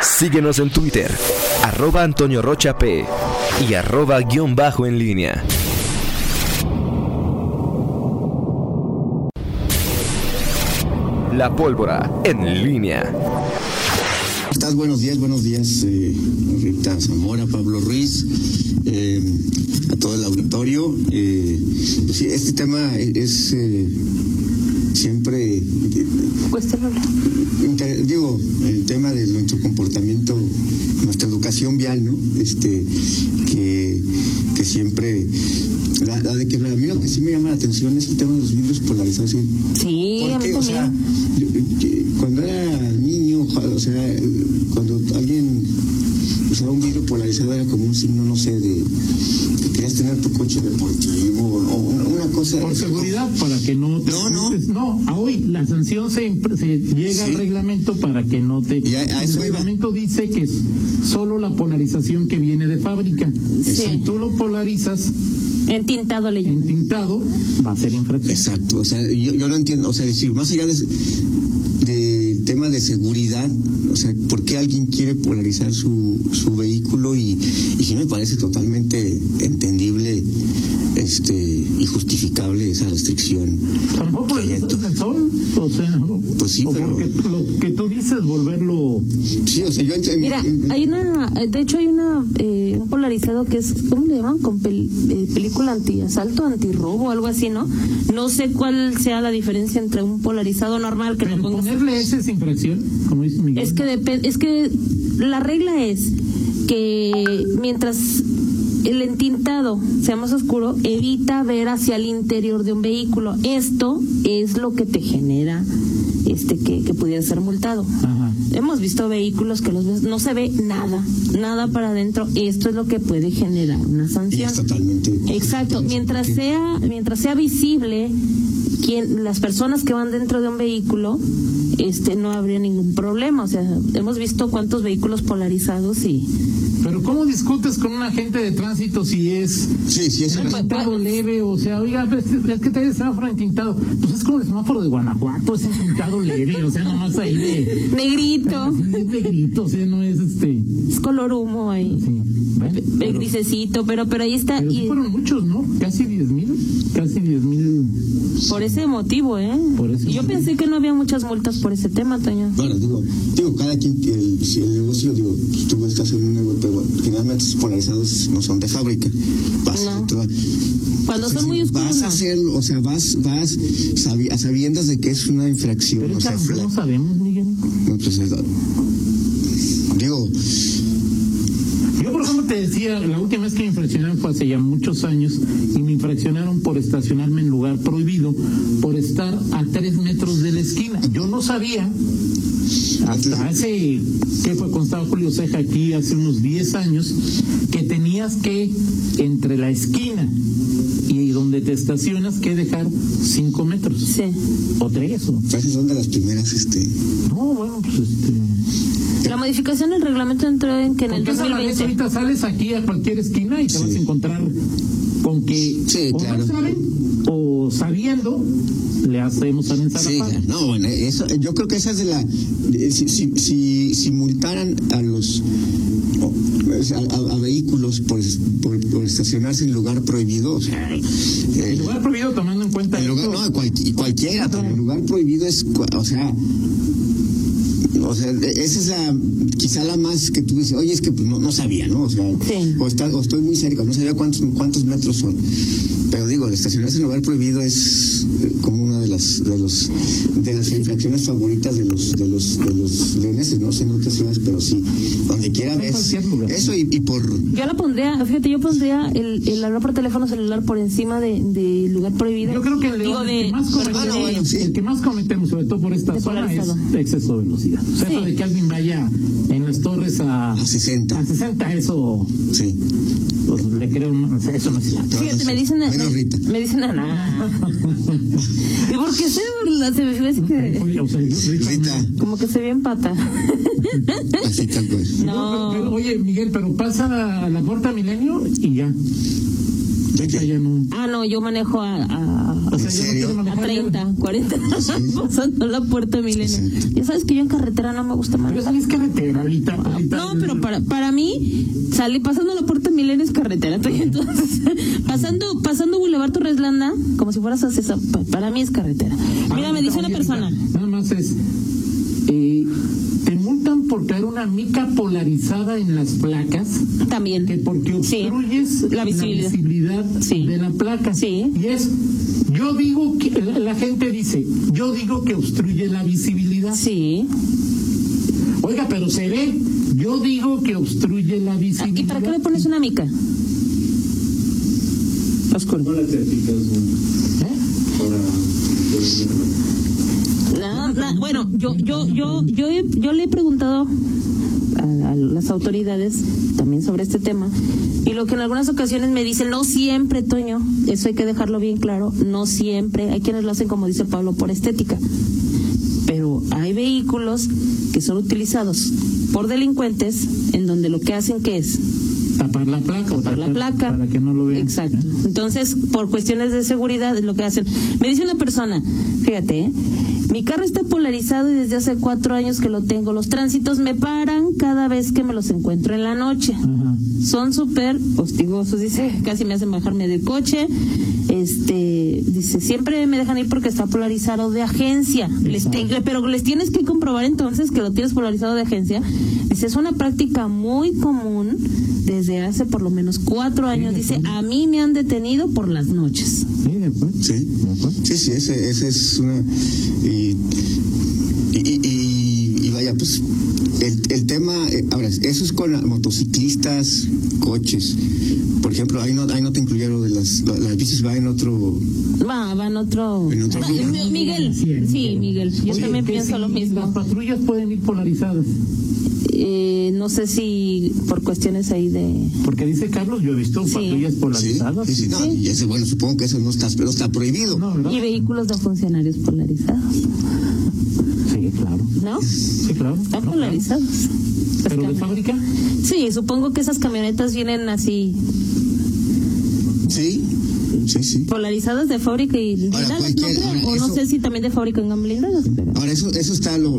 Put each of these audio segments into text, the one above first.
Síguenos en Twitter, arroba Antonio Rocha P y arroba guión bajo en línea. La pólvora en línea. Estás buenos días, buenos días, eh, Rita Zamora, Pablo Ruiz, eh, a todo el auditorio. Eh, sí, este tema es eh, siempre, eh, Cuestionable. inter- digo, el tema de nuestro comportamiento, nuestra educación vial, ¿no? Este, que, que siempre, la, la de que a mí lo que sí me llama la atención es el tema de los vidrios polarizados. y- Sí, a ¿Por mí qué? O sea, también. yo- que cuando era niño, o sea, cuando alguien usaba un vidrio polarizado era como un signo, no sé, de que querías tener tu coche deportivo o una, una cosa. Por seguridad, para que no te No, no. No, a hoy la sanción se, impre- se llega Sí. al reglamento para que no te. Y a- a eso el iba. reglamento dice que es solo la polarización que viene de fábrica. Si tú lo polarizas Entintado le llaman. entintado, va a ser infracción. Exacto, o sea, yo, yo no entiendo, o sea, decir, más allá de- del tema de seguridad, o sea, ¿por qué alguien quiere polarizar su, su vehículo? Y, y sí me parece totalmente entendible este, y justificable esa restricción. Tampoco es Correcto. el sol, o sea, Pues sí, o pero- porque lo que tú dices, volverlo. Sí, o sea, yo entiendo. Mira, hay una, eh, de hecho hay una, eh, un polarizado que es, ¿cómo le llaman? Con pel- eh, película antiasalto, antirrobo, algo así, ¿no? No sé cuál sea la diferencia entre un polarizado normal que Pero lo pongas ponerle esa es infracción, como dice Miguel. Es que depen- es que la regla es que mientras el entintado sea más oscuro, evita ver hacia el interior de un vehículo. Esto es lo que te genera este que, que pudiera ser multado. Ajá. Hemos visto vehículos que los ves- no se ve nada, nada para adentro. Esto es lo que puede generar una Y sanción. es totalmente. Exacto, mientras sea, mientras sea visible quien, las personas que van dentro de un vehículo, este no habría ningún problema. O sea, hemos visto cuántos vehículos polarizados y Pero ¿cómo discutes con un agente de tránsito si Pues es Sí, sí, eso es. Tintado leve, o sea, oiga, pues, es que trae el semáforo entintado. Pues es como el semáforo de Guanajuato, es entintado leve, o sea, nomás ahí de, negrito, de negrito, o sea, no es este. es color humo ahí, Sí, bueno, el pero, grisecito, pero pero ahí está pero sí y fueron muchos, ¿no? Casi 10 mil, casi 10 mil. por ese motivo, ¿eh? Por ese Yo motivo. pensé que no había muchas multas por ese tema, Toño. Bueno, digo, digo, cada quien, el, si el negocio, digo, pues, tú ves que hacer un negocio, pero bueno, generalmente los polarizados no son de fábrica. Vas, No. a tra- Cuando son muy oscuros. vas a no. hacerlo, o sea, vas, vas sabi- a sabiendas de que es una infracción. Pero o es que a sea, lo mejor fla- no sabemos, Miguel. no, pues, es- digo, Yo, por ejemplo, te decía, la última vez que me infraccionaron fue hace ya muchos años y me infraccionaron por estacionarme en lugar prohibido, por estar a tres metros de la esquina. Yo no sabía, hasta hace, que fue cuando estaba Julio Ceja aquí, hace unos 10 años, que tenías que, entre la esquina y donde te estacionas, que dejar 5 metros Sí. o 3. O... esas son de las primeras, este. No, bueno, pues este... La modificación del reglamento entró en que en el Porque esa la neta, 2020 ahorita sales aquí a cualquier esquina y te vas a encontrar con que Sí, o claro. no saben o sabiendo le hacemos a Sí, ensarapar. no, bueno, eso, yo creo que esa es de la. de- si, si, si, si multaran a los. o- pues, a, a- a vehículos por, por, por estacionarse en lugar prohibido, o sea. eh, El lugar prohibido tomando en cuenta el lugar, esto, no, cual- y cualquiera, pero el lugar prohibido es. cua- O sea. O sea, e- esa es la, quizá la más que tú dices, oye, es que pues, no, no sabía, ¿no? O sea, Sí. o, está- o estoy muy cerca, no sabía cuántos, cuántos metros son. Pero digo, estacionarse en lugar prohibido es eh, como una de las de los de las infracciones favoritas de los de los de los leoneses, no sé en otras ciudades, pero sí, donde quiera En ves cualquier lugar. eso y, y por Yo la pondría, fíjate, yo pondría el, el hablar por teléfono celular por encima de, de lugar prohibido. Yo creo que el, Digo, el de, que más perdón, cometemos, de- bueno, sí. el que más cometemos, sobre todo por esta De zona, es polarizado. exceso de velocidad. O sea, eso Sí. de que alguien vaya en las torres a, a 60. a 60, eso Sí. pues, le creo, o sea, eso no es cierto. Fíjate, me dicen. Menos Me, Rita. me dicen Ana. ¿Y por qué se burla? Se me hace que. Oye, o sea, yo- Rita, Como que se ve en pata. así tal cual. No. Pero, oye, Miguel, pero pasa a la puerta milenio y ya. 50 ya no. Ah, no, yo manejo a, a, O sea, yo no serio? quiero a manejar. 30, 40, pasando la puerta Milena. Exacto. Ya sabes que yo en carretera no me gusta Pero manejar. eso no es carretera, ahorita. ahorita- No, pero para, para mí, salí pasando la puerta Milena es carretera. Entonces, pasando, pasando Boulevard Torres Landa, como si fueras a César, pa- para mí es carretera. Mira, Ah, me dice oye, una persona. mira, Nada más es. eh, te multan por traer una mica polarizada en las placas. También. que porque Sí. obstruyes La visibilidad. visibilidad Sí. de la placa. Sí. Y es, yo digo que, la gente dice, yo digo que obstruye la visibilidad. Sí. Oiga, pero se ve, yo digo que obstruye la visibilidad. ¿Y para qué le pones una mica? Oscuro. ¿Eh? No, no, bueno, yo, yo, yo, yo, he- yo le he preguntado a, a las autoridades también sobre este tema y lo que en algunas ocasiones me dicen, no siempre, Toño, eso hay que dejarlo bien claro, no siempre, hay quienes lo hacen como dice Pablo, por estética, pero hay vehículos que son utilizados por delincuentes en donde lo que hacen que es Tapar la placa. o por la tapar- placa. Para que no lo vean. ¿Eh? Exacto. Entonces, por cuestiones de seguridad es lo que hacen. Me dice una persona, fíjate, ¿eh? mi carro está polarizado y desde hace cuatro años que lo tengo. Los tránsitos me paran cada vez que me los encuentro en la noche. Ajá. Son súper hostigosos, dice, casi me hacen bajarme del coche. Este, dice, siempre me dejan ir porque está polarizado de agencia. Les te- pero les tienes que comprobar entonces que lo tienes polarizado de agencia. Dice, es una práctica muy común desde hace por lo menos cuatro años. Dice, a mí me han detenido por las noches. Mire, pues. Sí, sí, sí, ese, ese es una... Y, y, y- y vaya, pues el, el tema, eh, ahora, eso es con la- motociclistas, coches. Por ejemplo, ahí no, ahí no te incluye lo de las, lo- las bicis, va en otro... Va, va en otro. En otro Va- lugar. Mi- Miguel, sí, Miguel, yo Oye, también que pienso si lo Las mismo. patrullas pueden ir polarizadas. Eh, no sé si por cuestiones ahí de. Porque dice Carlos, yo he visto Sí. patrullas Sí, polarizadas. sí, sí, no, y ese, bueno, supongo que eso no está, pero está prohibido. No, ¿verdad? Y vehículos de funcionarios polarizados, Sí, claro. ¿no? Sí, Están claro. No, claro. polarizados. Las Pero de camionetas. fábrica. Sí, supongo que esas camionetas vienen así, Sí, sí, sí. polarizadas de fábrica y blindadas, ¿no cualquier- creo? ahora, o no eso- sé si también de fábrica vengan blindadas, pero... Ahora, eso, eso está lo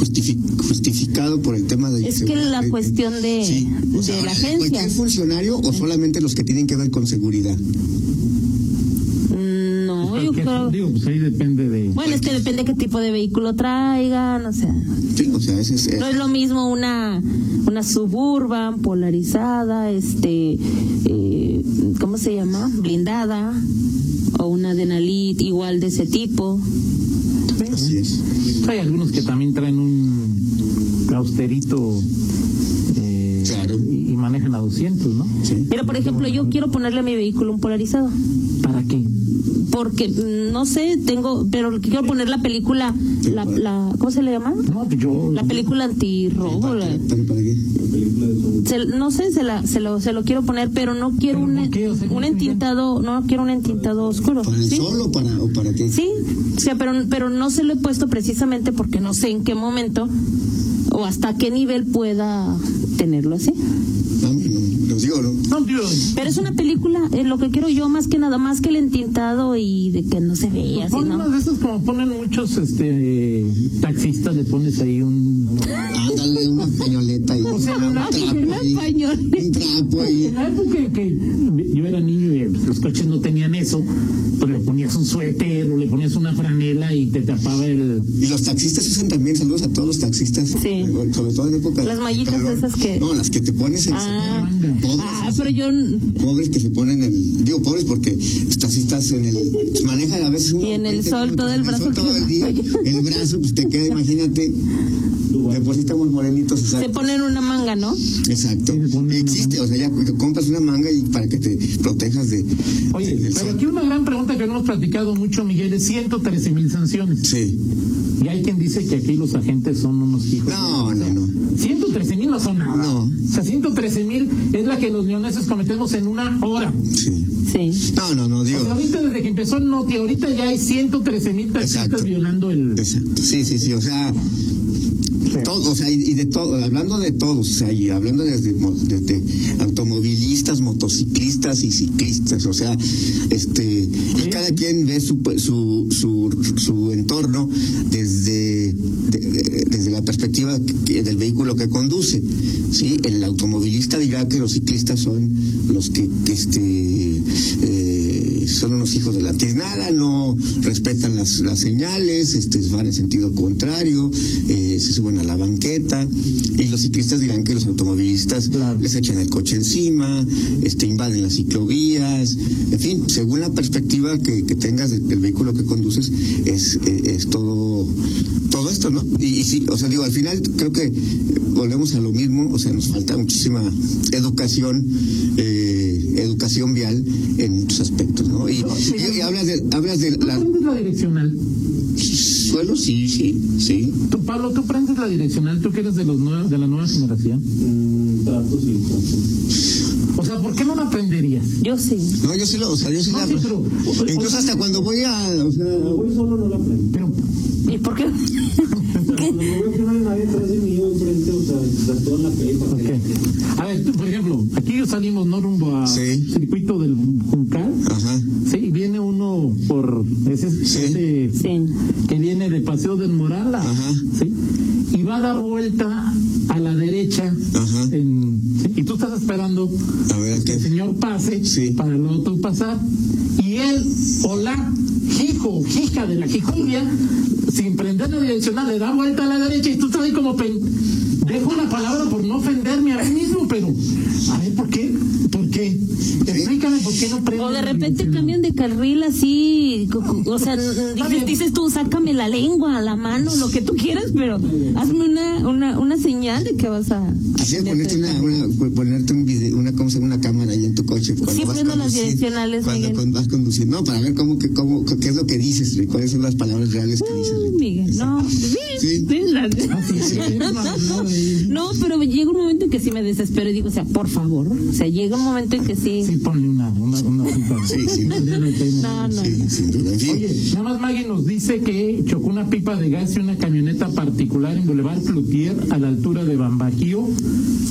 justifi- justificado por el tema de... Es que la cuestión de- o sea, de la ahora, agencia. ¿Cualquier funcionario o solamente los que tienen que ver con seguridad? Mm, No, yo Cualquier- creo... Digo, pues ahí depende de. Bueno, es que depende qué tipo de vehículo traigan, o sea... Sí, o sea, ese es... No es lo mismo una, una suburban polarizada, este, eh, ¿cómo se llama? Blindada, o una Denalit igual de ese tipo. pues, Así es. ¿Eh? Pues, Hay algunos que también traen un austerito eh, Claro. y, y manejan a 200, ¿no? Sí. Pero, por ejemplo, yo quiero ponerle a mi vehículo un polarizado. ¿Para qué? porque mm, no sé, tengo, pero quiero poner la película, la, la ¿cómo se le llama? No, pues yo. La película antirrobo. ¿Para qué? la- ¿Para, para qué? se- no sé, se, la, se, lo, se lo quiero poner, pero no quiero ¿Pero un, por qué? O sea, un ¿qué entintado, no quiero un entintado oscuro. ¿Para el ¿sí? sol o para, o para qué? Sí, o sea, pero, pero no se lo he puesto precisamente porque no sé en qué momento o hasta qué nivel pueda tenerlo así. No, no, los Ah, mm, digo, ¿no? No, yo. Pero es una película, es lo que quiero yo más que nada, más que el entintado y de que no se veía así, Ponen ¿no? unas de esas como ponen muchos este taxistas, le pones ahí un. Ándale una pañoleta y un trapo ahí. Un trapo ahí. En la época en pues que yo era niño y pues, los coches no tenían eso, pues le ponías un suéter o le ponías una franela y te tapaba el. Y los taxistas usan también, saludos a todos los taxistas. Sí. Sobre todo en época de Las mallitas calor. esas que- No, las que te pones en... Ah. Pobres, Ah, pero yo n- pobres que se ponen el... Digo pobres porque los taxistas en el... Manejan a veces uno... Y en el 20 sol todo el en brazo sol todo el día. El brazo, pues te queda, imagínate. Depositamos morenitos. se exacto. ponen una manga, ¿no? Exacto. Sí, le ponen Existe, o sea, ya cu- compras una manga y para que te protejas de. de- Oye, del pero sol. aquí una gran pregunta que no hemos platicado mucho, Miguel, es 113 mil sanciones. Sí. Y hay quien dice que aquí los agentes son unos hijos. No, no, no. 113 mil no son nada. No. O sea, 113 mil es la que los leoneses cometemos en una hora. Sí. Sí. No, no, no, O sea, digo. ahorita desde que empezó el Noti, ahorita ya hay 113 mil taxistas Exacto. violando el... Exacto. Sí, sí, sí. O sea, Todos, o sea, y, y de todo, hablando de todos, o sea, y hablando desde, mo- desde automovilistas, motociclistas y ciclistas, o sea, este, y cada quien ve su, su, su, su entorno desde, de- de- desde la perspectiva que- del vehículo que conduce, ¿sí? El automovilista dirá que los ciclistas son los que, que, este, eh, son unos hijos de la tiznada, no respetan las, las señales, este, van en sentido contrario, eh, se suben a la banqueta, y los ciclistas dirán que los automovilistas les echan el coche encima, este, invaden las ciclovías, en fin, según la perspectiva que, que tengas de- del vehículo que conduces, es, eh, es todo, todo esto, ¿no? Y, y sí, o sea, digo, al final creo que eh, volvemos a lo mismo, o sea, nos falta muchísima educación, eh, educación vial en muchos aspectos, ¿no? Y, y- y hablas de, hablas de Tú la prendes la direccional. suelo, sí, sí, sí. Tú, Pablo, tú prendes la direccional. Tú que eres de, los nue- de la nueva generación. O sea, ¿por qué no la prenderías? Yo sí. No, yo sí lo, o sea, yo sí No, la. Ah, sí, pero- incluso hasta cuando voy a. o sea, Pero ¿Y por qué? ¿Qué? Ok. A ver, tú, por ejemplo, aquí salimos no rumbo a Sí. circuito del Juncal. ajá. Sí, y viene uno por ese, Sí. ese Sí. que viene de Paseo del Moral, a- Ajá. ¿sí? Y va a dar vuelta a la derecha. Ajá. en- ¿sí? Y tú estás esperando A ver, que el ¿qué? señor pase Sí. para el otro pasar. Y él o la hijo, hija de la jicumbia, sin prender la direccional, le da vuelta a la derecha y tú estás ahí como pen... Dejo la palabra por no ofenderme a mí mismo, pero a ver, ¿por qué? ¿Por qué? Explícame por qué no prendo O de la repente direccional. cambian de carril así, co- co- o sea, n- dices, bien. dices tú, sácame la lengua, la mano, lo que tú quieras, pero hazme una, una, una señal de que vas a... Quisiera ponerte una, una- ponerte un video, una, ¿cómo se llama? una cámara ahí en tu coche. Cuando Sí, vas prendo las conduciendo, direccionales, Cuando Miguel. con- vas conduciendo. No, para ver cómo, que- cómo, qué es lo que dices, Rick, cuáles son las palabras reales que dices. Ay, Rick. Miguel, no, Sí. ven, ven la- no, pero llega un momento en que sí me desespero y digo, o sea, por favor, o sea, llega un momento en que Sí, sí, ponle una, una, una pipa. Sí, sí. Ya le tengo. no, no, Sí, sin duda. En fin. Oye, nada más Maggie nos dice que chocó una pipa de gas y una camioneta particular en Boulevard Cloutier a la altura de Bambajío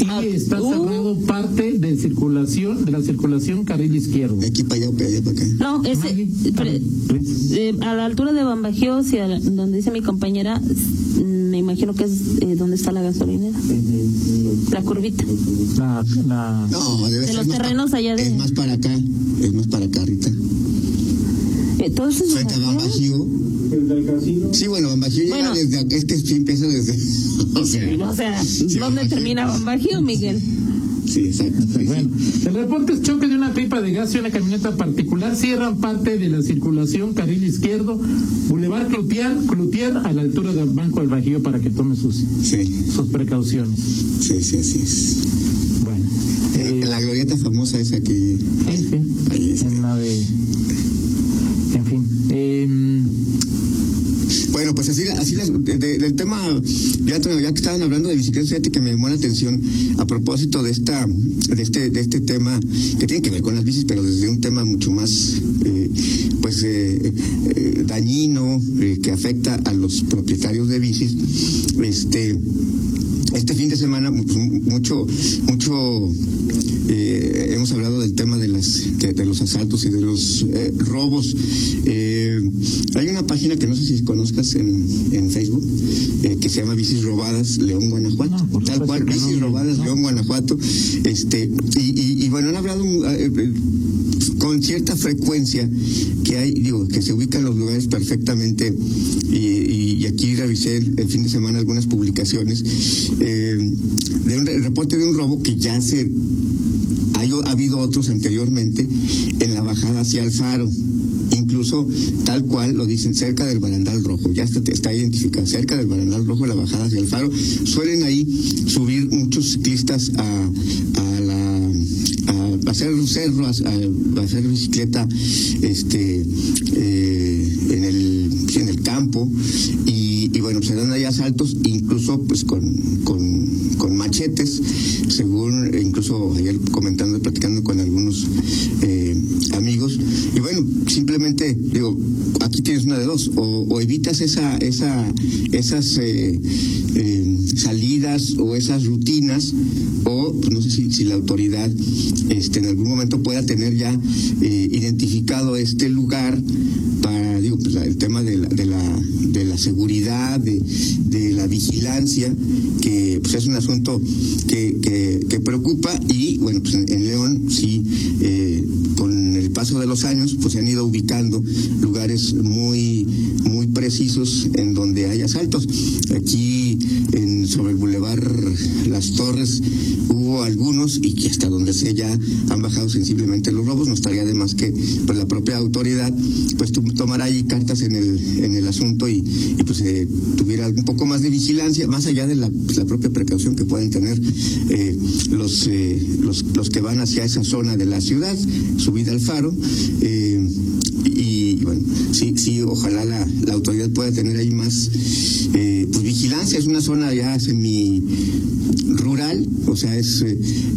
y Ah, está uh. cerrado parte de circulación de la circulación carril izquierdo. de aquí para allá, para allá, para acá. no, ese, Maggie, a pero- ver, please. Eh, a la altura de Bambajío, hacia la- donde dice mi compañera, s- me imagino que es eh, donde está la gasolinera. La curvita. La- la- No, debe De ser los más pa- terrenos allá de- Es más para acá, es más para acá, Rita. Eh, todo eso es Frente a Bambajío. Bambajío. Sí, bueno, Bambajío llega Bueno. desde. acá, Es que sí empieza desde. O sea. O sea, ¿dónde Bambajío. termina Bambajío, Miguel? Sí, exacto. sí, sí. Bueno, el reporte es choque de una pipa de gas y una camioneta particular. Cierran parte de la circulación carril izquierdo, Boulevard Cloutier, Cloutier a la altura del Banco del Bajío para que tome sus, Sí, sus precauciones. sí, sí, así es. Bueno, eh, En la glorieta famosa esa que. sí, sí, Ahí está. en la de. En fin. em, Bueno, pues así, así las- de- de- del tema, ya, te- ya que estaban hablando de bicicletas, fíjate que me llamó la atención a propósito de esta, de este, de este tema que tiene que ver con las bicis, pero desde un tema mucho más, eh, pues, eh, eh, dañino eh, que afecta a los propietarios de bicis, este. Este fin de semana pues, mucho, mucho eh, hemos hablado del tema de las de, de los asaltos y de los eh, robos. Eh, hay una página que no sé si conozcas en, en Facebook eh, que se llama Bicis Robadas León Guanajuato. No, por Tal supuesto cual, que no, Bicis no. Robadas León Guanajuato. Este y, y- y, bueno han hablado eh, eh, con cierta frecuencia que hay digo que se ubican los lugares perfectamente y, y- y aquí revisé el, el fin de semana algunas publicaciones eh, de un re- reporte de un robo que ya se hay o- ha habido otros anteriormente en la bajada hacia el faro. Incluso tal cual lo dicen cerca del barandal rojo, ya está, está identificado, cerca del barandal rojo la bajada hacia el faro. Suelen ahí subir muchos ciclistas a, a la a hacer cerro, a, a- a hacer bicicleta este eh, en el en el campo y, y bueno, se dan ahí asaltos, incluso pues con, con, con machetes, según eh, incluso ayer comentando, platicando con algunos eh, amigos. Y bueno, simplemente digo, aquí tienes una de dos, o, o evitas esa, esa, esas eh, eh, salidas o esas rutinas, o pues, no sé si, si, la autoridad este, en algún momento pueda tener ya eh, identificado este lugar para digo, pues, la, el tema de la, de la, de la seguridad, de, de, la vigilancia, que pues, es un asunto que, que, que preocupa y bueno, pues en, en León sí, eh, con el paso de los años, pues se han ido ubicando lugares muy, muy precisos en donde hay asaltos. Aquí en, sobre el bulevar Las Torres hubo algunos y que hasta donde sé ya han bajado sensiblemente los robos. No estaría de más que pues, la propia autoridad pues tomara ahí cartas en el, en el asunto y, y pues eh, tuviera un poco más de vigilancia, más allá de la, pues, la propia precaución que puedan tener eh, los, eh, los, los, que van hacia esa zona de la ciudad, subida al faro. eh, y bueno, sí, sí, ojalá la, la autoridad pueda tener ahí más pues, vigilancia. Es una zona ya semi rural, o sea, es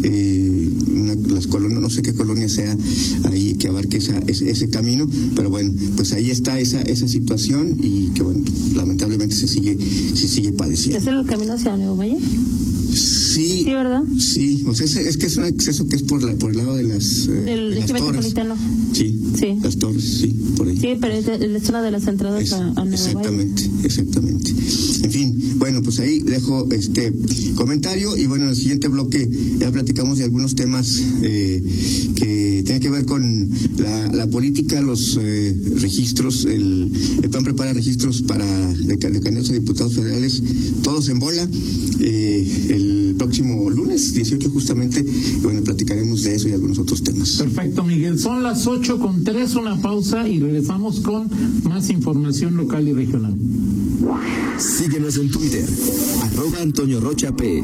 eh, una, las colonias, no sé qué colonia sea ahí que abarque esa, ese, ese, camino, pero bueno, pues ahí está esa, esa situación y que bueno, lamentablemente se sigue, se sigue padeciendo. ¿Es el camino hacia Nuevo Valle? Sí. Sí, ¿verdad? Sí, o sea, es, es, que es un acceso que es por, la, por el lado de las. Eh, Del de las torres. metropolitano. Sí, sí. Las torres, sí, por ahí. Sí, pero es, de, es una de las entradas es, a, a Nuevo Exactamente, Valle. exactamente. En fin, bueno, pues ahí dejo este comentario y bueno, en el siguiente bloque ya platicamos de algunos temas eh, que tienen que ver con la, la política, los eh, registros. El, el, PAN prepara registros para de, de candidatos a diputados federales, todos en bola. eh, el el próximo lunes 18 justamente, bueno, platicaremos de eso y algunos otros temas. Perfecto, Miguel. Son las 8 con 3, una pausa y regresamos con más información local y regional. Síguenos en Twitter, arroba Antonio Rocha P